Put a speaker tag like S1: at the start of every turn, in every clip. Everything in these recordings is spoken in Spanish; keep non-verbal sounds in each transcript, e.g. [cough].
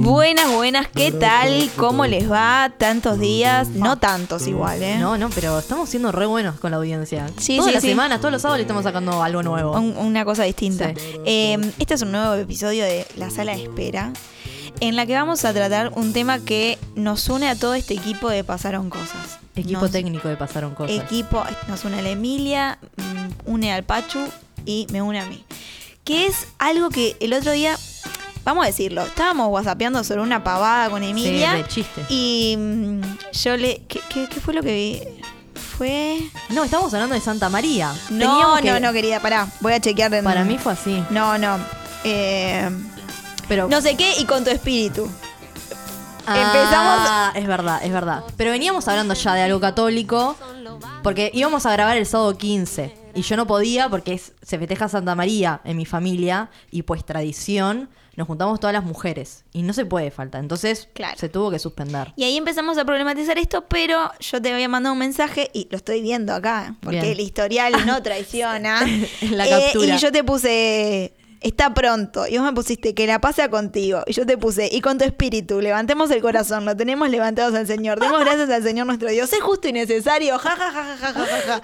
S1: Buenas, buenas, ¿qué tal? ¿Cómo les va? Tantos días, no tantos igual, ¿eh?
S2: No, no, pero estamos siendo re buenos con la audiencia.
S1: Sí,
S2: Todas
S1: sí,
S2: las
S1: sí.
S2: semanas, todos los sábados le estamos sacando algo nuevo.
S1: Un- una cosa distinta.
S2: Sí.
S1: Eh, este es un nuevo episodio de La Sala de Espera, en la que vamos a tratar un tema que nos une a todo este equipo de Pasaron Cosas.
S2: Equipo
S1: Nos-
S2: técnico de Pasaron Cosas.
S1: Equipo, este nos une a la Emilia, mm, une al Pachu y me une a mí. Que es algo que el otro día, vamos a decirlo, estábamos whatsappeando sobre una pavada con Emilia.
S2: de chiste.
S1: Y mm, yo le. ¿qué, qué, qué fue lo que vi? Fue.
S2: No, estamos hablando de Santa María.
S1: No,
S2: Teníamos que-
S1: no, no, querida, pará. Voy a chequear en-
S2: Para mí fue Oh. así.
S1: No, no. Eh,
S2: Pero
S1: no sé qué y con tu espíritu.
S2: Ah, Es verdad, es verdad. Pero veníamos hablando ya de algo católico, porque íbamos a grabar el sábado 15. Y yo no podía porque es- se festeja Santa María en mi familia y pues tradición, nos juntamos todas las mujeres y no se puede falta. Entonces
S1: Claro.
S2: se tuvo que suspender.
S1: Y ahí empezamos a problematizar esto, pero yo te había mandado un mensaje y lo estoy viendo acá, porque
S2: Bien.
S1: el historial
S2: [laughs]
S1: no traiciona. Eh,
S2: La captura.
S1: y yo te puse. Está pronto. Y vos me pusiste que la pasa contigo. Y yo te puse, y con tu espíritu, levantemos el corazón, lo tenemos levantados al Señor. Demos gracias al Señor nuestro Dios. Es justo y necesario. Ja, ja, ja, ja, ja, ja, ja.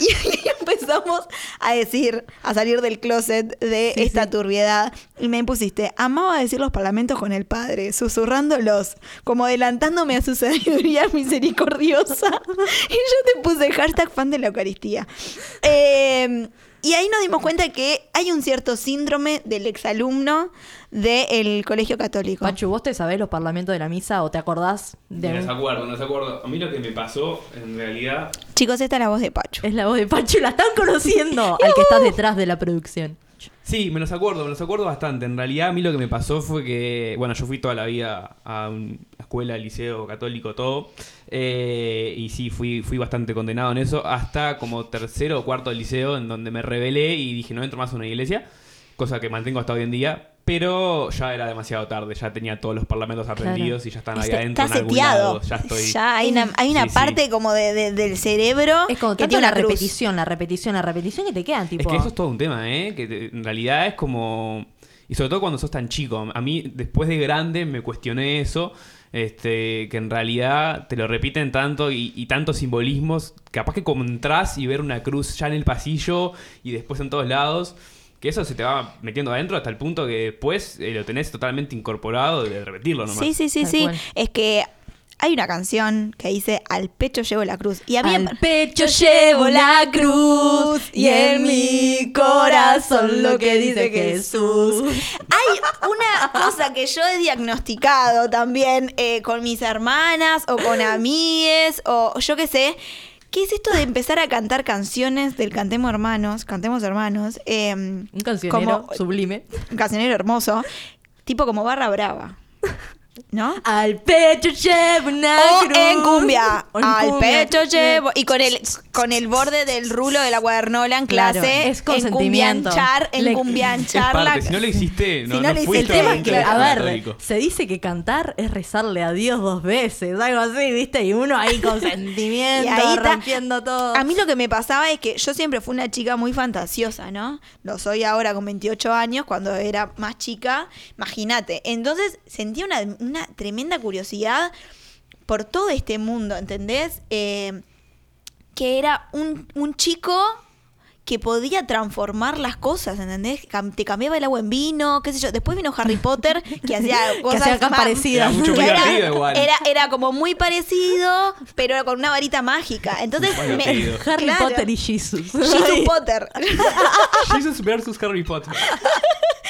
S1: Y ahí [laughs] empezamos a decir, a salir del closet de
S2: Sí,
S1: esta
S2: sí.
S1: turbiedad. Y me pusiste, amaba decir los parlamentos con el Padre, susurrándolos, como adelantándome a su sabiduría [laughs] misericordiosa. [laughs] Y yo te puse hashtag fan de la Eucaristía. Eh, y ahí nos dimos cuenta que hay un cierto síndrome del exalumno del colegio católico.
S2: Pachu, ¿vos te sabés los parlamentos de la misa o te acordás de
S3: No
S2: algún-
S3: se acuerdo, no se acuerdo. A mí lo que me pasó, en realidad,
S1: Chicos, esta es la voz de Pacho.
S2: Es la voz de Pachu, la están [laughs] conociendo al que está detrás de la producción.
S3: Sí, me los acuerdo, me los acuerdo bastante. En realidad a mí lo que me pasó fue que, bueno, yo fui toda la vida a una escuela, liceo, católico, todo. Eh, y sí, fui, fui bastante condenado en eso, hasta como tercero o cuarto de liceo, en donde me rebelé y dije, no entro más a una iglesia, cosa que mantengo hasta hoy en día. Pero ya era demasiado tarde, ya tenía todos los parlamentos aprendidos y ya están ahí
S1: Está-
S3: adentro.
S1: está
S3: en algún
S1: seteado.
S3: lado, ya estoy.
S1: Ya hay una, hay una
S3: Sí, sí.
S1: parte como de, de- del cerebro
S2: Es como
S1: que
S2: tanto
S1: tiene
S2: la
S1: una cruz.
S2: repetición, la repetición, la repetición que te quedan, tipo.
S3: Es que eso es todo un tema, ¿eh? Que te- en realidad es como... Y sobre todo cuando sos tan chico. A mí, después de grande, me cuestioné eso. Este, que en realidad te lo repiten tanto y, y tantos simbolismos. Capaz que como entras y ver una cruz ya en el pasillo y después en todos lados. Que eso se te va metiendo adentro hasta el punto que después eh, lo tenés totalmente incorporado de repetirlo nomás.
S1: Sí, sí, sí,
S2: Tal
S1: sí.
S2: cual.
S1: Es que hay una canción que dice Al pecho llevo la cruz. Y a mí
S2: Al pecho llevo la cruz y en mi corazón lo que dice Jesús.
S1: Hay una cosa que yo he diagnosticado también eh, con mis hermanas o con amigues o yo qué sé. ¿Qué es esto de empezar a cantar canciones del Cantemos Hermanos? Cantemos Hermanos. eh,
S2: Un cancionero
S1: como-
S2: sublime.
S1: un cancionero hermoso. Tipo como Barra Brava. ¿No?
S2: Al pecho llevo una
S1: O
S2: cruz.
S1: en cumbia.
S2: O en
S1: al
S2: cumbia.
S1: pecho llevo. Y con el, con el borde del rulo de la cuadernola en clase.
S2: Claro, es con
S1: en
S2: sentimiento.
S1: cumbianchar, en
S2: Le-
S3: Es
S1: cumbianchar. la-
S3: parte, si no
S2: [laughs]
S3: lo hiciste, no,
S1: Si no
S3: no
S1: lo hiciste,
S2: El
S3: fuiste
S2: tema
S3: a
S2: es
S3: un
S2: que, a
S3: colegio
S2: ver, [laughs]
S3: católico.
S2: se dice que cantar es rezarle a Dios dos veces, algo así, ¿viste? Y uno ahí
S1: [laughs]
S2: con sentimiento,
S1: Y ahí está.
S2: rompiendo todo.
S1: A mí lo que me pasaba es que yo siempre fui una chica muy fantasiosa, ¿no? Lo soy ahora con 28 años, cuando era más chica, imagínate. Entonces sentía una, una tremenda curiosidad por todo este mundo, ¿entendés? Eh, que era un, un chico que podía transformar las cosas, ¿entendés? Cam- Te cambiaba el agua en vino, qué sé yo. Después vino Harry Potter, que hacía
S2: [laughs] Que
S1: cosas
S2: hacía acá
S1: más-
S2: parecidas.
S3: Era mucho
S1: que
S3: muy
S1: era-
S3: divertido igual.
S1: Era, era como muy parecido, pero con una varita mágica. Entonces,
S3: Muy divertido.
S2: Harry
S1: claro.
S2: Potter y Jesus.
S1: Jesus Potter.
S2: [laughs]
S3: Jesus versus Harry Potter.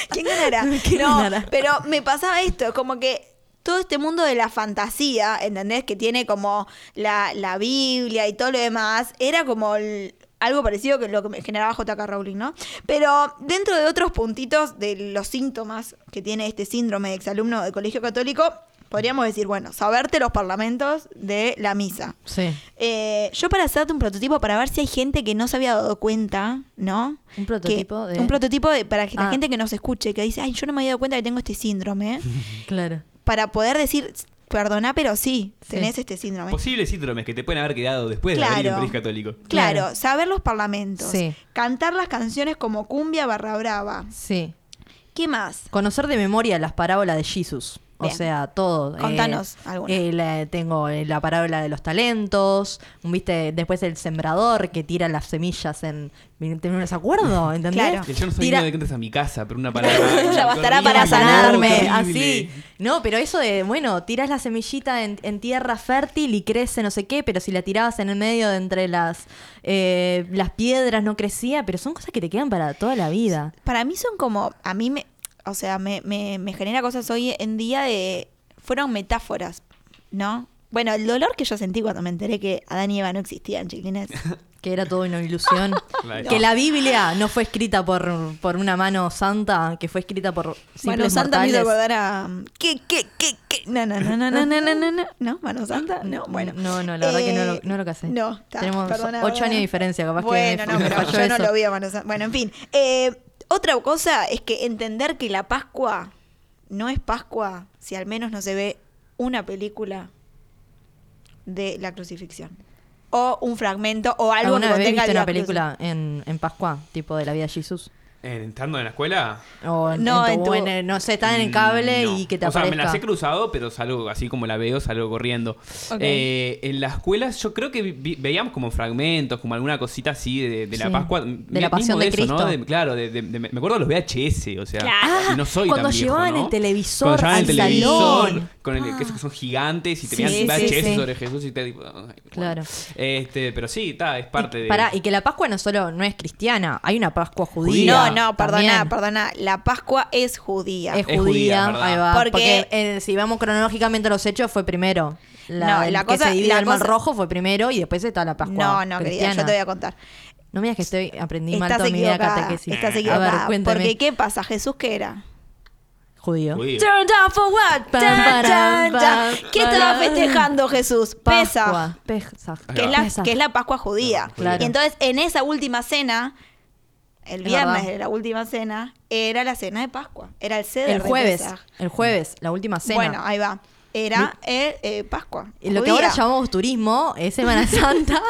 S1: ¿Quién ganará?
S2: ¿Quién
S1: no,
S2: ganará?
S1: pero me pasaba esto, como que todo este mundo de la fantasía, ¿entendés? Que tiene como la, la Biblia y todo lo demás, era como el- algo parecido que lo que me generaba J.K. Rowling, ¿no? Pero dentro de otros puntitos de los síntomas que tiene este síndrome de exalumno de colegio católico, podríamos decir, bueno, saberte los parlamentos de la misa.
S2: Sí.
S1: Eh, yo para hacerte un prototipo para ver si hay gente que no se había dado cuenta, ¿no?
S2: Un prototipo
S1: Que-
S2: de-
S1: Un prototipo de- para que la
S2: Ah.
S1: gente que nos escuche, que dice, ay, yo no me había dado cuenta que tengo este
S2: [laughs]
S1: síndrome,
S2: Claro.
S1: para poder decir, perdona, pero sí,
S2: Sí.
S1: tenés este síndrome.
S3: Posibles síndromes que te pueden haber quedado después de haber ido a
S1: Claro.
S3: un colegio católico.
S1: Claro,
S2: Claro.
S1: saber los parlamentos,
S2: Sí.
S1: cantar las canciones como cumbia barra brava,
S2: Sí.
S1: ¿Qué más?
S2: Conocer de memoria las parábolas de Jesús. O
S1: Bien.
S2: sea, todo. eh,
S1: Contanos alguna.
S2: eh, la- tengo eh, la parábola de los talentos, viste, después el sembrador que tira las semillas en... ¿No se acuerdo? ¿Entendés?
S1: Claro.
S3: Que yo no soy
S2: Ah. Tira-
S3: digno de que entres a mi casa, pero una
S2: [laughs]
S3: palabra.
S1: Ya bastará
S2: para
S1: para
S2: sanarme,
S1: sanarme,
S2: así. No, pero eso de, bueno, tiras la semillita en, en tierra fértil y crece no sé qué, pero si la tirabas en el medio de entre las, eh, las piedras no crecía, pero son cosas que te quedan para toda la vida.
S1: Para mí son como, a mí me, o sea, me, me, me genera cosas hoy en día de, fueron metáforas, ¿no? Bueno, el dolor que yo sentí cuando me enteré que Adán y Eva no existían, chiquilines.
S2: Que era todo una ilusión.
S3: [laughs] Claro.
S2: Que la Biblia no fue escrita por, por una mano santa, que fue escrita por simples
S1: Mano Santa me hizo
S2: mortales.
S1: acordar a... mm, ¿Qué, qué, qué, qué? No, no, no, no, no, no, no,
S2: [laughs]
S1: no, no. ¿No? Mano Santa, no, bueno.
S2: Mm,
S1: Eh,
S2: No, no, la verdad que no lo- no lo casé.
S1: No, está,
S2: Tenemos
S1: perdona,
S2: ocho
S1: perdona.
S2: años de diferencia, capaz que
S1: bueno,
S2: me-
S1: no,
S2: me
S1: pero
S2: falló
S1: yo no
S2: eso.
S1: lo vi a Mano Santa. Bueno, en fin. Eh, otra cosa es que entender que la Pascua no es Pascua si al menos no se ve una película de la crucifixión. O un fragmento o algo que
S2: ¿Alguna vez
S1: contenga
S2: viste
S1: la
S2: una
S1: cruz.
S2: película en, en Pascua, tipo de la vida de Jesús?
S3: Eh, ¿Entrando en la escuela? mm,
S2: O en,
S1: No,
S2: en tu-
S1: en tu-
S2: en el- no sé, están en el cable
S3: No.
S2: y que te
S3: O sea,
S2: aparezca.
S3: me las he cruzado, pero salgo así como la veo, salgo corriendo.
S1: Ok.
S3: Eh, en las escuelas yo creo que vi- vi- veíamos como fragmentos, como alguna cosita así de, de la
S2: Sí.
S3: Pascua.
S2: De
S3: Mi-
S2: la Pasión
S3: mismo
S2: de
S3: eso,
S2: Cristo.
S3: ¿no? De- claro, de- de- de- me acuerdo de los VHS, o sea,
S1: Claro.
S3: y no soy
S2: Cuando
S3: tan viejo,
S2: llevaban
S3: ¿no?
S2: el televisor
S3: Cuando llevaban el
S2: al
S3: televisor,
S2: salón. Ah.
S3: con el, que esos que son gigantes y
S2: Sí,
S3: tenían
S2: sí,
S3: VHS
S2: sí.
S3: sobre Jesús y te tipo, ay, bueno.
S2: Claro.
S3: Este, pero sí, está, es parte
S2: y,
S3: de...
S2: pará, y que la Pascua no solo no es cristiana, hay una Pascua judía.
S1: No, no, perdona,
S2: también.
S1: perdona. La Pascua es judía.
S2: Es,
S3: Es
S2: judía,
S3: judía, ¿verdad?
S2: ahí va. Porque,
S1: Porque-
S2: eh, si vamos cronológicamente a los hechos, fue primero. La,
S1: No,
S2: el
S1: la
S2: que
S1: cosa-
S2: se divide
S1: la
S2: el mar
S1: cosa-
S2: rojo fue primero y después está la
S1: no,
S2: Pascua.
S1: no, querida,
S2: cristiana.
S1: yo te voy a contar.
S2: No me digas que estoy aprendí mal
S1: Estás
S2: toda mi vida
S1: equivocada.
S2: catequesis.
S1: Estás
S2: A
S1: equivocada.
S2: ver, cuéntame.
S1: porque ¿qué pasa? ¿Jesús qué era?
S2: Judío.
S3: Judío.
S1: Turn down for what?
S2: Pam,
S1: Chan,
S2: param,
S1: chan, chan.
S2: pam,
S1: ¿Qué estaba
S2: param.
S1: festejando Jesús? Pesa.
S2: Pascua. Pesaj.
S3: Ahí
S1: Que es,
S3: va.
S1: la,
S2: Pesaj.
S1: que es la Pascua judía.
S2: Claro.
S1: Y entonces en esa última cena, el
S2: Es
S1: viernes
S2: verdad.
S1: de la última cena, era la cena de Pascua. Era el ceder
S2: El
S1: de
S2: jueves.
S1: Pesaj.
S2: El jueves, la última cena.
S1: Bueno, ahí va. Era el, eh, Pascua.
S2: Y Lo que
S1: judía.
S2: ahora llamamos turismo es
S1: [laughs]
S2: Semana Santa,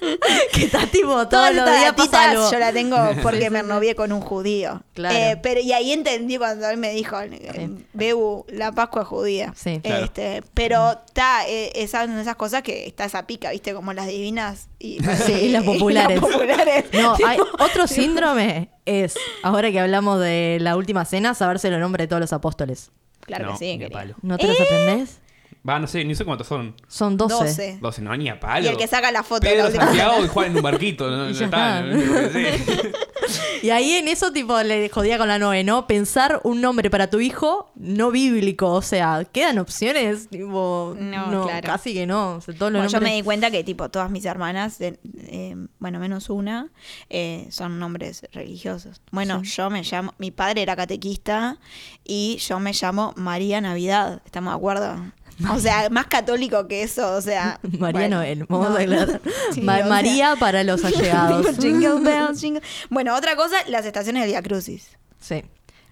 S2: [laughs] que está tipo todos
S1: Todas
S2: los
S1: estas
S2: días pasa
S1: datitas
S2: algo.
S1: yo la tengo
S2: [laughs]
S1: porque me novié con un judío.
S2: Claro.
S1: Eh, pero y ahí entendí cuando él me dijo, eh,
S2: Sí.
S1: Bebu, la Pascua es judía.
S2: Sí.
S3: Claro.
S1: Este, pero está eh, esas esas cosas que está esa pica, ¿viste? Como las divinas [laughs] y,
S2: Sí, y las populares.
S1: populares. [laughs]
S2: No,
S1: Tipo,
S2: hay otro síndrome es, ahora que hablamos de la última cena, saberse los nombres de todos los apóstoles.
S1: Claro
S3: No,
S1: que sí.
S3: ni a
S1: querido.
S3: palo.
S2: ¿No te los aprendés?
S3: Va, no sé, ni sé cuántos son.
S2: Son 12.
S1: 12.
S3: 12, no, ni a palo.
S1: Eh. Y el que saca la foto de la
S3: Pedro,
S1: última
S3: Santiago y Juan en un barquito.
S2: [laughs]
S3: No,
S2: Y
S3: Ya
S2: ya
S3: está,
S2: está.
S1: [laughs]
S3: no, no, sí.
S2: Y ahí en eso tipo le jodía con la nueve, ¿no? Pensar un nombre para tu hijo no bíblico, o sea, quedan opciones, tipo, no,
S1: No, claro.
S2: casi que no, o sea, todos los
S1: Bueno, yo me
S2: nombres-
S1: di cuenta que tipo todas mis hermanas, de- eh, bueno, menos una, eh, son nombres religiosos. Bueno, yo me llamo, mi padre era catequista y yo me llamo María Navidad, ¿estamos de acuerdo? O
S2: [laughs]
S1: sea, más católico que eso, o sea...
S2: María
S1: bueno,
S2: Noel, vamos a aclarar.
S1: [laughs] Sí,
S2: Ma-
S1: o sea, [laughs]
S2: María para los allegados.
S1: tipo,
S2: [laughs]
S1: jingle bells, jingle- Bueno, otra cosa, las estaciones de Via Crucis.
S2: Sí.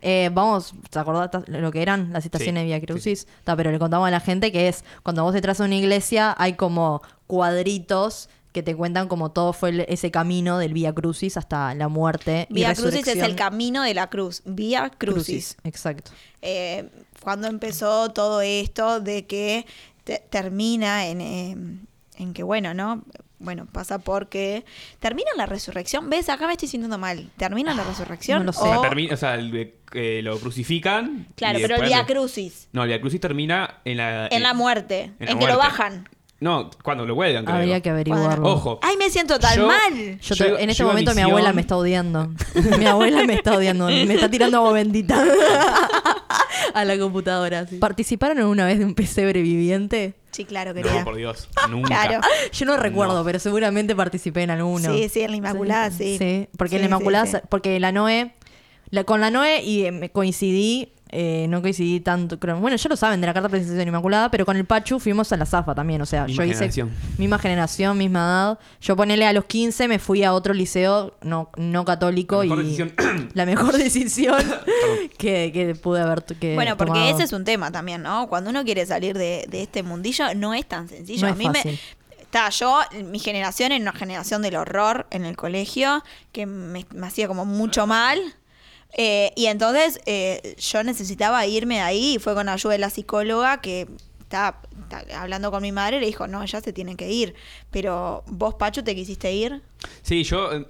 S2: Eh, vamos, ¿te acordás ta- lo que eran las estaciones de
S3: Sí,
S2: Via
S3: sí,
S2: Crucis? Ta, pero le contamos a la gente que es cuando vos detrás de una iglesia hay como cuadritos que te cuentan como todo fue el- ese camino del Via Crucis hasta la muerte. y
S1: Via Crucis es el
S2: resurrección.
S1: camino de la cruz, Via Crucis.
S2: Exacto.
S1: eh, cuando empezó todo esto de que te- termina en, eh, en que, bueno, ¿no? Bueno, pasa porque termina en la resurrección. ¿Ves? Acá me estoy sintiendo mal. ¿Termina en la resurrección?
S2: no lo sé.
S3: O sea,
S1: O-
S3: termina- o sea, el- eh, lo crucifican.
S1: claro,
S3: y
S1: pero el
S3: después-
S1: Via Crucis,
S3: No, el Via Crucis termina en la.
S1: en la muerte,
S3: en
S1: en,
S3: la
S1: que lo
S3: muerte.
S1: bajan.
S3: No, cuando lo huelgan, creo.
S2: Habría que averiguarlo.
S3: Ojo.
S1: Ay, me siento tan
S3: Yo-
S1: mal.
S2: Yo
S3: Yo
S2: te-
S3: iba-
S2: en este
S3: yo iba a
S2: momento mi
S3: misión.
S2: abuela me está odiando. [laughs] mi abuela me está odiando. Me está tirando agua bendita [laughs] a la computadora. sí. ¿Participaron una vez de un pesebre viviente?
S1: Sí, claro, querida.
S3: No, por
S1: [laughs]
S3: Dios. Nunca.
S1: Claro.
S2: [laughs] Yo no recuerdo,
S3: No.
S2: pero seguramente participé en alguno.
S1: Sí, sí, en la Inmaculada, sí.
S2: porque en
S1: Sí,
S2: la
S1: sí,
S2: Inmaculada,
S1: sí.
S2: porque la Noé, la- con la Noé y eh, me coincidí, eh, no coincidí tanto, creo- bueno, ya lo saben de la carta de presentación de la Inmaculada, pero con el Pachu fuimos a la Zafa también, o sea,
S3: Misma
S2: yo hice
S3: generación.
S2: misma generación, misma edad. Yo ponele a los 15, me fui a otro liceo no, no católico
S3: La mejor
S2: y
S3: decisión.
S2: la
S3: [laughs]
S2: mejor decisión que, que pude haber t- que
S1: Bueno, porque
S2: tomado.
S1: ese es un tema también, ¿no? Cuando uno quiere salir de, de este mundillo, no es tan sencillo.
S2: No es
S1: a mí
S2: fácil.
S1: me. Está, yo, mi generación era una generación del horror en el colegio, que me, me hacía como mucho mal. Eh, y entonces eh, yo necesitaba irme de ahí y fue con ayuda de la psicóloga que estaba, estaba hablando con mi madre y le dijo, no, ya se tienen que ir. Pero vos, Pacho, te quisiste ir.
S3: Sí, yo eh,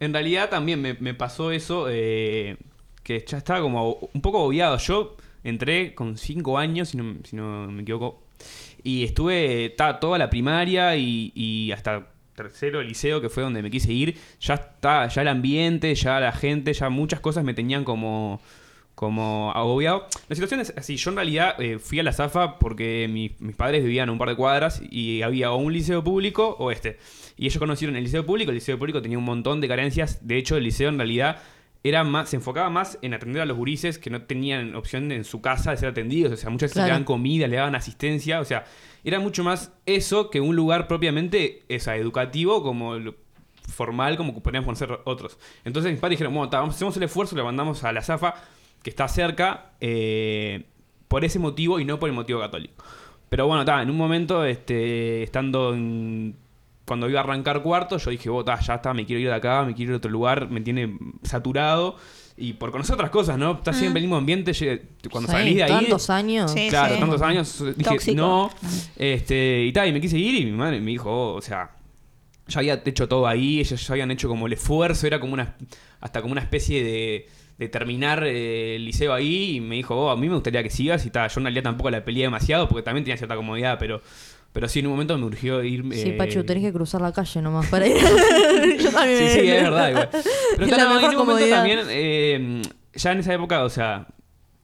S3: en realidad también me, me pasó eso, eh, que ya estaba como un poco obviado. Yo entré con 5 años, si no, si no me equivoco, y estuve eh, ta- toda la primaria y, y hasta tercero de liceo, que fue donde me quise ir. Ya está, ya el ambiente, ya la gente, ya muchas cosas me tenían como como agobiado. La situación es así, yo en realidad eh, fui a la Zafa porque mi- mis padres vivían a un par de cuadras y había o un liceo público o este. Y ellos conocieron el liceo público, el liceo público tenía un montón de carencias, de hecho el liceo en realidad era más, se enfocaba más en atender a los gurises que no tenían opción en su casa de ser atendidos, o sea, muchas veces
S2: Claro.
S3: le daban comida, le daban asistencia, o sea, era mucho más eso que un lugar propiamente o sea, educativo como lo- formal como que podrían conocer otros. Entonces mis padres dijeron, bueno, ta, vamos, hacemos el esfuerzo, lo mandamos a la Zafa, que está cerca, eh, por ese motivo y no por el motivo católico. Pero bueno, ta, en un momento, este, estando en- cuando iba a arrancar cuarto, yo dije, bueno, ta, ya está, me quiero ir de acá, me quiero ir a otro lugar, me tiene saturado. Y por conocer otras cosas, ¿no? Estás siempre en el mismo ambiente, lle- cuando
S2: Mm. Sí,
S3: salís de ahí...
S2: Tantos años.
S1: Sí.
S3: Claro, tantos años dije
S1: Tóxico.
S3: no. Este, y tal, y me quise ir y mi madre me dijo, oh, o sea, ya había hecho todo ahí, ellos ya habían hecho como el esfuerzo, era como una hasta como una especie de, de terminar eh, el liceo ahí y me dijo, oh, a mí me gustaría que sigas y tal, yo en realidad tampoco la peleé demasiado porque también tenía cierta comodidad, pero pero sí en un momento me urgió irme
S2: Sí,
S3: eh,
S2: Pachu, tenés que cruzar la calle nomás para ir. [laughs] Yo también.
S3: Sí, sí, es verdad, [laughs] igual. Pero
S2: Es
S3: claro,
S2: la
S3: en
S2: mejor
S3: un momento
S2: comodidad.
S3: también, eh, ya en esa época, o sea,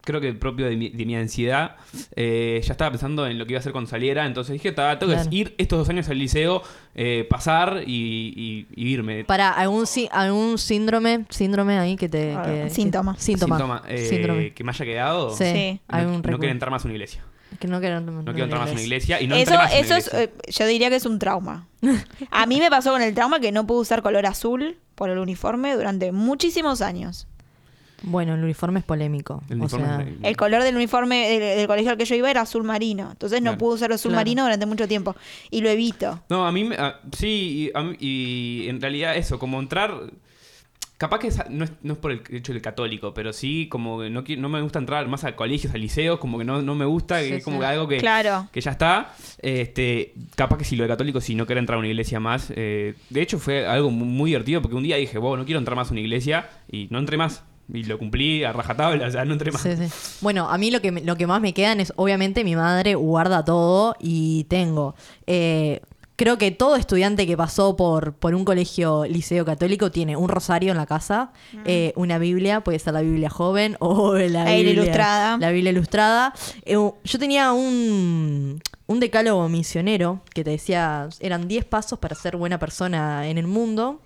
S3: creo que propio de mi, de mi ansiedad, eh, ya estaba pensando en lo que iba a hacer cuando saliera, entonces dije, "Ta, tengo
S2: Claro.
S3: que ir estos dos años al liceo, eh, pasar y, y- y irme.
S2: Para algún, sí- algún síndrome, síndrome ahí que te...
S1: Ah,
S2: que-
S1: síntoma.
S2: que- síntoma.
S3: Síntoma, eh,
S2: síndrome.
S3: que me haya quedado.
S2: Sí,
S1: Sí.
S2: hay un
S3: No, no
S2: recuerdo.
S3: quiero entrar más a una iglesia.
S2: Es que no quiero, no,
S3: No quiero entrar más a una iglesia. Y no
S1: eso
S3: entré más a una
S1: eso es,
S3: iglesia.
S1: eh, yo diría que es un trauma. A mí me pasó con el trauma que no pude usar color azul por el uniforme durante muchísimos años.
S2: Bueno, el uniforme es polémico.
S3: El
S2: o
S3: uniforme
S2: sea,
S3: es-
S1: El color del uniforme del, del colegio al que yo iba era azul marino. Entonces no
S3: Claro.
S1: pude usar azul
S2: Claro.
S1: marino durante mucho tiempo. Y lo evito.
S3: No, a mí, me- a- sí, y, a mí- y en realidad eso, como entrar, capaz que esa- no, es, no es por el hecho del católico, pero sí, como que no, qui- no me gusta entrar más a colegios, a liceos, como que no, no me gusta,
S2: Sí,
S3: que es como
S2: sí.
S3: que algo que,
S1: Claro.
S3: que ya está. Este, capaz que si lo de católico, si no quiero entrar a una iglesia más, eh, de hecho fue algo mu- muy divertido, porque un día dije, wow, no quiero entrar más a una iglesia, y no entré más. Y lo cumplí a rajatabla, o sea, no entré más.
S2: Sí, sí. Bueno, a mí lo que, me- lo que más me quedan es, obviamente, mi madre guarda todo y tengo. Eh, creo que todo estudiante que pasó por, por un colegio liceo católico tiene un rosario en la casa, eh, una Biblia, puede ser la Biblia joven o la
S1: La Biblia
S2: Biblia
S1: ilustrada.
S2: La Biblia ilustrada. Eh, yo tenía un, un decálogo misionero que te decía, eran 10 pasos para ser buena persona en el mundo.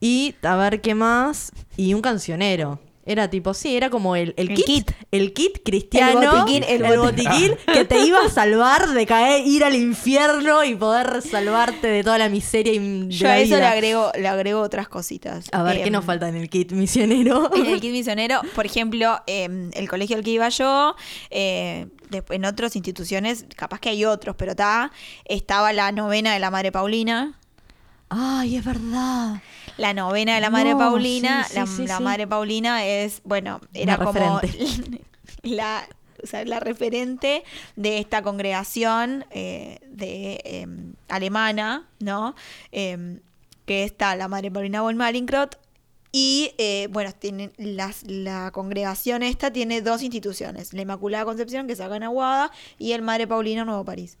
S2: Y a ver qué más. Y un cancionero. Era tipo, sí, era como el, el,
S1: El
S2: kit,
S1: kit.
S2: El kit cristiano.
S1: El botiquín, el botiquín. [laughs]
S2: botiquín que te iba a salvar de caer, ir al infierno y poder salvarte de toda la miseria y de
S1: Yo
S2: la
S1: a eso
S2: vida.
S1: le agrego, le agrego otras cositas.
S2: A ver qué
S1: Em,
S2: nos falta en el kit misionero.
S1: [laughs] En el kit misionero, por ejemplo, em, el colegio al que iba yo, eh, desp- en otras instituciones, capaz que hay otros, pero está, estaba la novena de la Madre Paulina.
S2: [laughs] Ay, es verdad.
S1: La novena de la Madre
S2: No,
S1: Paulina.
S2: sí, sí,
S1: la
S2: sí,
S1: la
S2: sí.
S1: Madre Paulina es, bueno, era
S2: Una
S1: como
S2: referente.
S1: [laughs] la, o sea, la referente de esta congregación eh, de em, alemana, ¿no? Em, que está la Madre Paulina von Malincrot. Y eh, bueno, tienen las, la congregación esta tiene dos instituciones, la Inmaculada Concepción, que es acá en Aguada, y el Madre Paulina Nuevo París.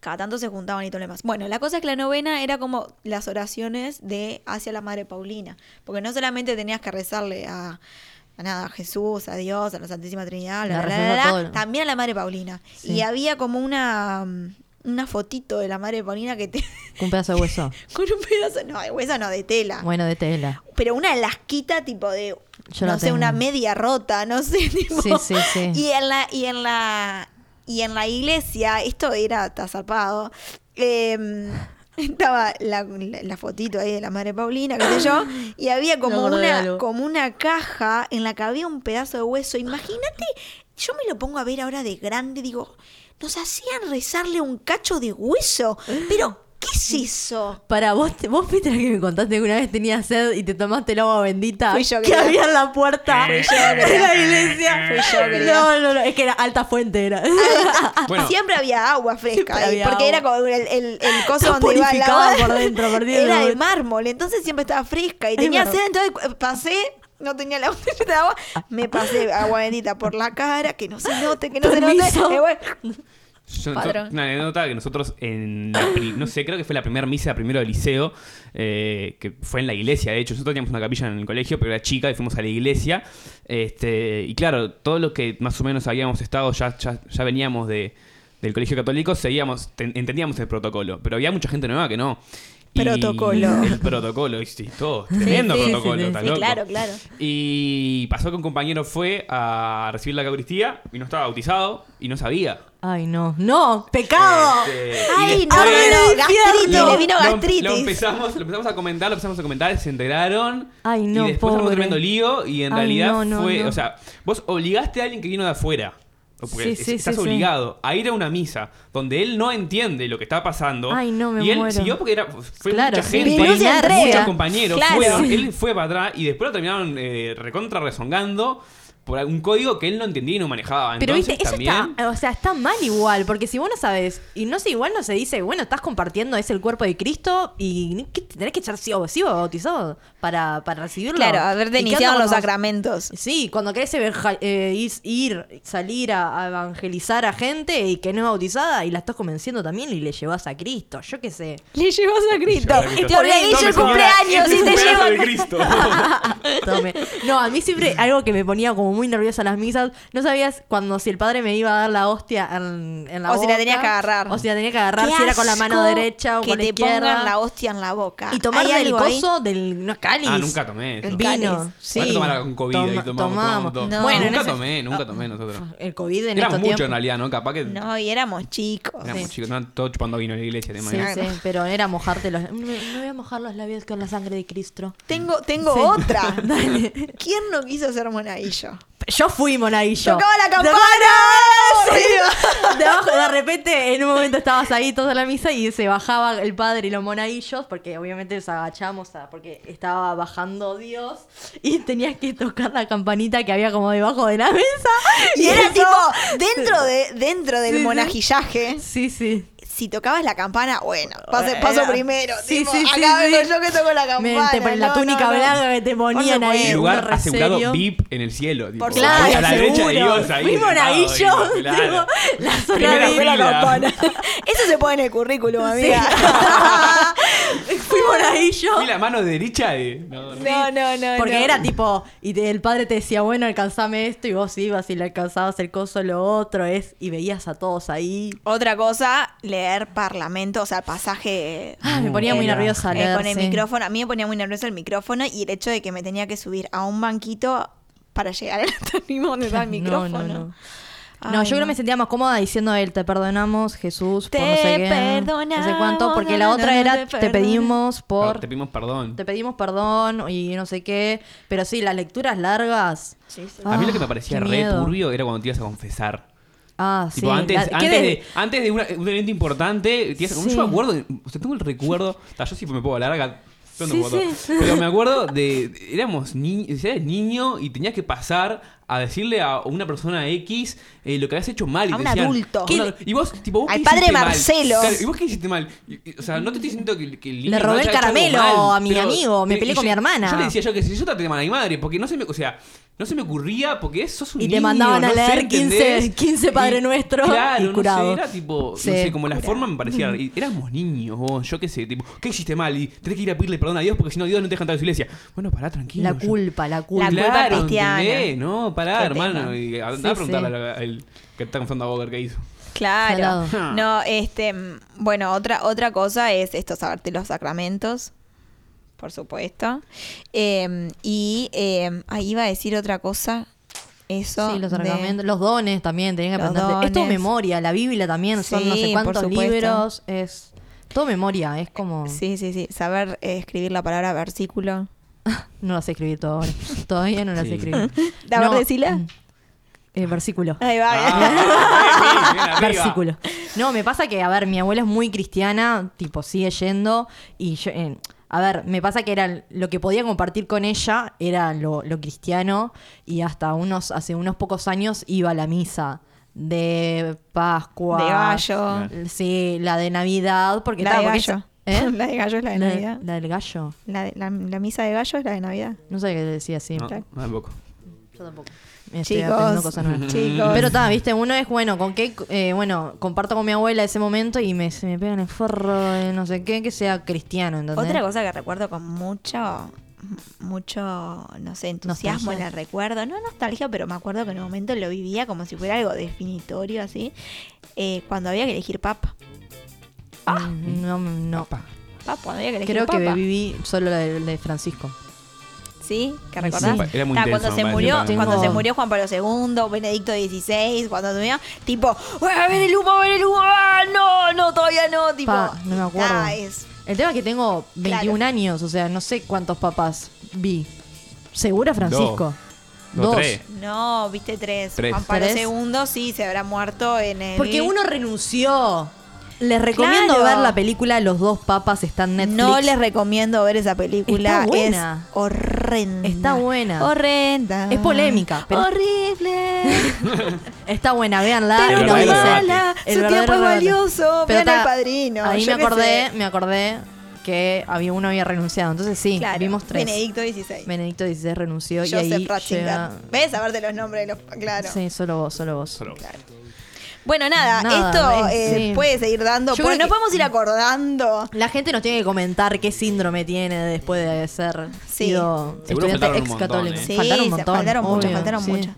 S1: Cada tanto se juntaban y todo lo demás. Bueno, la cosa es que la novena era como las oraciones de hacia la Madre Paulina. Porque no solamente tenías que rezarle a, a nada, a Jesús, a Dios, a la Santísima Trinidad, bla,
S2: La
S1: bla,
S2: rezás a
S1: bla, bla,
S2: todo, ¿no?
S1: también a la Madre Paulina.
S2: Sí.
S1: Y había como una, mm, una fotito de la Madre Paulina que te... [laughs]
S2: Un pedazo de hueso.
S1: con un pedazo, no, de hueso no, de tela.
S2: Bueno, de tela.
S1: Pero una lasquita tipo de,
S2: Yo
S1: no
S2: la
S1: sé,
S2: tengo.
S1: una media rota, no sé. [laughs] Tipo,
S2: Sí, sí, sí.
S1: Y en la, y en la, y en la iglesia, esto era tazapado, [laughs] estaba la, la- la fotito ahí de la madre Paulina, qué sé
S2: [laughs]
S1: yo, y había
S2: Me
S1: como
S2: acordé de
S1: una,
S2: algo.
S1: como una caja en la que había un pedazo de hueso. Imagínate, yo me lo pongo a ver ahora de grande, digo, nos hacían rezarle un cacho de hueso, pero ¿qué ¿Qué es eso?
S2: Para vos, te- vos Petra, que me contaste que una vez tenías sed y te tomaste el agua bendita
S1: Fui yo,
S2: que
S1: querida.
S2: había en la puerta
S3: Fui yo,
S2: de la iglesia.
S1: [laughs] Fui yo, querida.
S2: no, no, no, es que Ah. era alta fuente era.
S3: Bueno,
S1: Ah, Siempre había agua fresca,
S2: Siempre
S1: ahí,
S2: había
S1: porque
S2: agua.
S1: era como el, el,
S2: [laughs]
S1: el coso
S2: Está
S1: donde iba el agua.
S2: purificada por
S1: [laughs]
S2: dentro, a partir de
S1: era de
S2: momento.
S1: mármol, entonces siempre estaba fresca. Y
S2: Es
S1: tenía
S2: verdad.
S1: sed, entonces cu- pasé, no tenía la [laughs] botella de agua, me pasé agua bendita por la cara, que no se note, que no se
S2: Permiso.
S1: note. Eh,
S2: [laughs]
S1: bueno,
S3: Yo-
S1: Padrón.
S3: yo- una anécdota que nosotros en la pri- no sé, creo que fue la primera misa primero del liceo, eh, que fue en la iglesia, de hecho, nosotros teníamos una capilla en el colegio, pero era chica y fuimos a la iglesia, este, y claro, todos los que más o menos habíamos estado, ya, ya, ya veníamos de, del colegio católico, seguíamos, ten- entendíamos el protocolo, pero había mucha gente nueva que no. Y-
S1: Protocolo.
S3: [laughs] El protocolo, y sí, todo, tremendo
S2: sí, sí,
S3: protocolo,
S2: sí,
S3: está
S2: sí,
S1: sí,
S3: loco.
S1: claro, claro.
S3: Y pasó que un compañero fue a recibir la Eucaristía y no estaba bautizado y no sabía.
S2: Ay, no. No, pecado.
S3: Este, y
S1: Ay, no,
S3: después-
S2: ¡Arde el
S1: no, no,
S2: infierno!
S1: gastritis,
S2: No,
S1: le vino
S3: lo-
S1: gastritis.
S3: Lo, empezamos, lo empezamos a comentar, lo empezamos a comentar, se enteraron.
S2: Ay, no,
S3: Y después armó un
S2: pobre.
S3: tremendo lío y en
S2: Ay,
S3: realidad
S2: no, no,
S3: fue.
S2: no.
S3: O sea, vos obligaste a alguien que vino de afuera. Porque
S2: Sí, sí,
S3: estás
S2: sí, sí.
S3: obligado a ir a una misa donde él no entiende lo que está pasando.
S2: Ay, no, me
S3: y él
S2: muero.
S3: siguió porque era, fue
S2: Claro,
S3: mucha
S2: sí,
S3: gente,
S1: por Minucia inercia.
S3: muchos compañeros.
S1: Claro.
S3: fueron,
S1: Sí.
S3: Él fue para atrás y después lo terminaron eh, recontra rezongando por algún código que él no entendía y no manejaba.
S2: Pero
S3: Entonces,
S2: viste, eso
S3: también,
S2: está, o sea, está mal igual, porque si vos no sabes, y no sé, igual no se dice, bueno, estás compartiendo, es el cuerpo de Cristo, y ni- que tenés que echar sí o sí o bautizado para, para recibirlo.
S1: Claro, haber
S2: ¿Y qué
S1: iniciado
S2: onda
S1: los
S2: cuando-
S1: sacramentos.
S2: Sí, cuando querés evangel- eh, is- ir, salir a, a evangelizar a gente y que no es bautizada, y la estás convenciendo también y le llevas a Cristo, yo qué sé.
S1: Le llevas a Cristo.
S3: Yo, Cristo.
S1: Te organizo
S2: Tome,
S1: el
S2: señora,
S1: cumpleaños
S3: Este es
S1: y
S3: un
S1: te
S3: pedazo
S1: llevan.
S2: [laughs]
S3: de Cristo.
S2: Tome. No, a mí siempre algo que me ponía como muy nerviosa en las misas, no sabías cuando si el padre me iba a dar la hostia en, en la
S1: O si la
S2: boca,
S1: tenías que agarrar.
S2: O si la tenía que agarrar,
S1: Qué
S2: si era con la mano
S1: asco
S2: derecha o
S1: que
S2: con la
S1: te
S2: izquierda.
S1: pongan la hostia en la boca.
S2: y tomar
S1: ¿Hay
S2: del
S1: algo ahí?
S2: coso del no, cáliz.
S3: Ah, nunca tomé eso.
S1: El cáliz.
S2: Vino. Sí.
S3: Bueno, tomar con COVID
S2: Toma-
S3: ahí tomamos, tomamos todo.
S1: No.
S2: Bueno, en
S3: nunca
S2: ese-
S3: tomé, nunca tomé nosotros.
S2: El COVID en
S3: Éramos
S2: estos
S3: muchos en
S2: tiempos-
S3: realidad, ¿no? Capaz que
S1: No, y éramos chicos.
S3: éramos
S2: sí.
S3: chicos, estaban todos chupando vino en la iglesia. de
S2: Sí,
S3: manera-
S2: sí, pero era mojarte los... Me, me voy a mojar los labios con la sangre de Cristo.
S1: Tengo, tengo
S2: Sí.
S1: otra.
S2: [laughs] Dale.
S1: ¿Quién no quiso ser monaguillo?
S2: Yo fui monaguillo.
S1: ¡Tocaba la campana! Sí.
S2: Debajo, de repente, en un momento estabas ahí toda la misa y se bajaba el padre y los monaguillos, porque obviamente nos agachamos a- porque estaba bajando Dios y tenías que tocar la campanita que había como debajo de la mesa.
S1: Y era
S2: eso-
S1: tipo, dentro, de, dentro del
S2: Sí, sí.
S1: monajillaje,
S2: Sí, sí.
S1: si tocabas la campana, bueno, pase- paso
S2: Era-
S1: primero.
S2: Sí,
S1: tipo,
S2: sí, sí,
S1: acá
S2: sí.
S1: vengo yo que toco la
S2: Me-
S1: campana.
S2: te ponen la
S1: no,
S2: túnica
S1: no, no.
S2: blanca que te ponían
S1: Por
S2: ahí.
S1: supuesto.
S3: El lugar
S2: uno
S3: asegurado
S2: reserio.
S3: VIP en el cielo. tipo,
S1: Por supuesto,
S3: a la derecha de
S2: seguro.
S3: Dios ahí.
S2: Fui
S3: sentado,
S2: monaguillo,
S3: ahí, claro.
S2: tengo la zona
S3: Primera
S2: VIP.
S3: fila.
S2: [laughs]
S1: Eso se pone en el currículum, [laughs] amiga.
S2: Fui monaguillo.
S3: Fui la mano derecha de... No, no.
S1: No, no, no.
S2: Porque
S1: no.
S2: era tipo, y te- el padre te decía, bueno, alcanzame esto, y vos ibas y le alcanzabas el coso, lo otro, es, y veías a todos ahí.
S1: Otra cosa, leer parlamento, o sea, pasaje.
S2: [gasps] Ah, me ponía muy
S1: eh,
S2: nerviosa
S1: eh,
S2: leer,
S1: con el
S2: sí.
S1: micrófono. A mí me ponía muy nerviosa el micrófono y el hecho de que me tenía que subir a un banquito para llegar al [laughs] anónimo donde estaba el micrófono.
S2: No, no, no.
S1: Ay,
S2: No, yo creo
S1: no.
S2: que me sentía más cómoda diciendo a él, te perdonamos, Jesús, por
S1: Te
S2: no sé qué.
S1: perdonamos,
S2: No sé cuánto, porque
S1: no,
S2: la
S1: no,
S2: otra
S1: no,
S2: era,
S1: te
S2: te pedimos
S3: No,
S2: por...
S3: Te pedimos perdón.
S2: Te pedimos perdón y no sé qué. Pero sí, las lecturas largas.
S3: A mí lo que me
S2: Ah,
S3: parecía
S2: qué
S3: re
S2: miedo.
S3: turbio era cuando te ibas a confesar.
S2: Ah, sí.
S3: Tipo, antes,
S2: la- ¿qué
S3: antes,
S2: de-
S3: de, antes de una- un evento importante, te ibas a-
S2: Sí.
S3: yo me acuerdo, o sea, tengo el recuerdo, ta, yo sí me puedo alargar. yo no
S2: Sí,
S3: puedo.
S2: sí. [laughs]
S3: Pero me acuerdo de. Éramos niños, eras niño y tenías que pasar a decirle a una persona X eh, lo que habías hecho mal. Y
S1: A
S3: te
S1: un
S3: decían,
S1: adulto.
S3: "A un- Y vos, tipo, vos
S1: Al
S3: qué
S1: padre
S3: hiciste mal?".
S1: Marcelo.
S3: Claro, ¿Y vos qué hiciste mal? Y- y- o sea, no te estoy diciendo que, que el niño
S2: Le
S3: no
S2: robé
S3: haya
S2: el
S3: hecho algo
S2: caramelo
S3: mal,
S2: a mi amigo, me
S3: y
S2: peleé con
S3: yo-
S2: mi hermana.
S3: Yo le decía yo que si yo traté mal a mi madre, porque no se me. O sea. No se me ocurría porque sos un
S2: Y te
S3: niño,
S2: mandaban a
S3: no sé,
S2: leer 15
S3: ¿entendés?
S2: 15 Padre
S3: Y-
S2: Nuestro
S3: claro,
S2: y
S3: no sé,
S2: curado.
S3: era tipo,
S2: Sí.
S3: no sé, como la forma me parecía. y Éramos niños, vos, yo qué sé, tipo, ¿qué hiciste mal? Y tenés que ir a pedirle perdón a Dios porque si no, Dios no te deja entrar a su iglesia. Bueno, pará, tranquilo.
S2: La
S3: yo-
S2: culpa, la culpa.
S1: culpa
S3: Claro,
S1: cristiana.
S3: ¿entendés? No, pará,
S1: Qué
S3: hermano.
S1: tema.
S3: Y, a,
S2: Sí,
S3: andá a preguntarle
S2: sí.
S3: al- al que está confrontando a Bogger qué hizo.
S1: Claro.
S3: Salado.
S1: No, este, mm, bueno, otra, otra cosa es esto, saberte los sacramentos, por supuesto. Eh, y eh, ahí iba a decir otra cosa. Eso.
S2: Sí, los
S1: de-
S2: argumentos, los dones también, tenían que
S1: Los
S2: aprender. Es todo
S1: dones.
S2: memoria, la Biblia también, son no
S1: Sí,
S2: sé
S1: por
S2: cuántos
S1: supuesto.
S2: libros, es todo memoria, es como...
S1: [laughs] Sí, sí, sí. Saber eh, escribir la palabra versículo.
S2: [laughs] No las escribí todo ahora, [laughs] todavía no las
S3: Sí.
S2: escribí.
S1: [laughs] ¿La
S2: No,
S1: verdecila?
S2: mm, eh, versículo.
S1: Ahí va.
S2: [laughs]
S3: Ah, bien, bien, bien, arriba.
S2: Versículo. No, me pasa que, a ver, mi abuela es muy cristiana, tipo, sigue yendo. Y yo, eh, a ver, me pasa que era lo que podía compartir con ella era lo, lo cristiano. Y hasta unos, hace unos pocos años iba a la misa de Pascua.
S1: De gallo.
S2: Sí, la de Navidad. Porque,
S1: La
S2: ta,
S1: de
S2: porque es-
S1: gallo.
S2: ¿Eh?
S1: [laughs] La de gallo es la de
S2: La-
S1: Navidad.
S2: la del gallo.
S1: La, de- la- la misa de gallo es la de Navidad.
S2: No sé qué decía así.
S3: No,
S1: claro.
S3: tampoco.
S2: Yo tampoco. Estoy aprendiendo
S1: Chicos,
S2: cosas
S3: [laughs]
S1: [laughs]
S2: nuevas.
S1: chicos.
S2: Pero está, viste, uno es bueno, con qué, eh, bueno, comparto con mi abuela ese momento y me, se me pega en el forro de no sé qué, que sea cristiano, ¿entendés? Mm,
S1: Otra cosa que recuerdo con mucho, mucho, no sé, entusiasmo la
S2: Nostalgia.
S1: recuerdo. No nostalgia, pero me acuerdo que en un momento lo vivía como si fuera algo definitorio así. eh, cuando había que elegir papa. Ah.
S2: Mm, No, no.
S1: Papa, cuando había que elegir
S2: Creo que
S1: papa.
S2: viví solo la de, la de Francisco.
S1: ¿Sí? ¿Que
S2: Sí.
S1: recordás?
S3: Era muy
S1: Ta,
S3: intenso,
S1: cuando se
S3: me parece,
S1: murió,
S3: para mí.
S1: cuando se
S2: Tengo-
S1: murió Juan Pablo II, Benedicto XVI, cuando se murió, tipo, "Ué, a ver el humo, a ver el humo, ¡Ah, no, no, todavía no, tipo.
S2: Pa, no me acuerdo.
S1: ta, es-
S2: El tema es que tengo 21
S1: Claro.
S2: años, o sea, no sé cuántos papás vi. ¿Segura Francisco?
S3: Dos, tres.
S1: no, viste tres.
S3: Tres.
S1: Juan Pablo
S2: Tres.
S1: II sí se habrá muerto en el.
S2: Porque uno renunció. Les recomiendo
S1: Eh. Claro.
S2: ver la película Los dos papas está en Netflix.
S1: No les recomiendo ver esa película.
S2: Está buena.
S1: Es horrenda.
S2: Está buena.
S1: Horrenda.
S2: Es polémica, pero-
S1: Horrible.
S2: Está buena, véanla.
S1: Pero
S2: y nos
S3: muy
S2: dicen.
S1: mala, su tiempo
S2: verdadero
S1: es
S2: debate.
S1: valioso,
S2: Pero
S1: vean al
S2: ta,
S1: Padrino,
S2: Ahí
S1: yo
S2: me
S1: qué
S2: acordé,
S1: sé.
S2: me acordé que había uno había renunciado. Entonces [laughs] sí,
S1: Claro,
S2: vimos tres. Benedicto,
S1: Benedicto XVI.
S2: 16 renunció y
S1: Joseph
S2: ahí
S1: Ratzinger.
S2: llega-
S1: ¿Ves? Saberte los nombres de los. Claro.
S2: Sí, solo vos, solo vos.
S3: Solo.
S1: Claro. Bueno, nada,
S2: Nada,
S1: esto
S2: eh,
S1: eh,
S2: sí.
S1: puede seguir dando.
S2: Yo
S1: porque nos
S2: creo que-
S1: vamos a ir acordando.
S2: La gente nos tiene que comentar qué síndrome tiene después de ser
S1: Sí.
S2: sido
S3: Seguro
S2: estudiante
S3: faltaron un
S2: ex católico.
S3: montón, ¿eh?
S1: Sí,
S2: faltaron un
S1: se-
S2: montón.
S1: faltaron muchas,
S2: obvio,
S1: faltaron
S2: sí. Mm.
S1: muchas.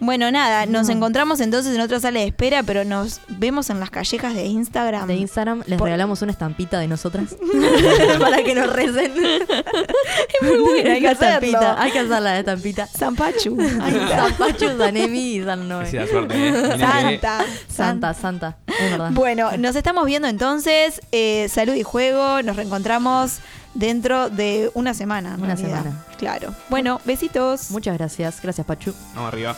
S1: Bueno, nada, nos encontramos entonces en otra sala de espera, pero nos vemos en las callejas de Instagram. [laughs]
S2: De Instagram les
S1: Por-
S2: regalamos una estampita
S1: [laughs]
S2: de nosotras [laughs] para que nos [laughs] recen.
S1: hay que hacerlo.
S2: La estampita, hay que hacer la estampita.
S1: Zampachu. Ahí está.
S2: San Pacho, San Emi y San Noé.
S3: Esa es la suerte, ¿eh? Mirá que-
S1: Santa.
S2: [laughs] Santa, Santa, es verdad.
S1: Bueno, nos estamos viendo entonces. Eh, salud y juego. Nos reencontramos dentro de una semana. en
S2: Una
S1: realidad.
S2: semana.
S1: Claro. Bueno, besitos.
S2: Muchas gracias, gracias Pachu.
S3: Vamos arriba.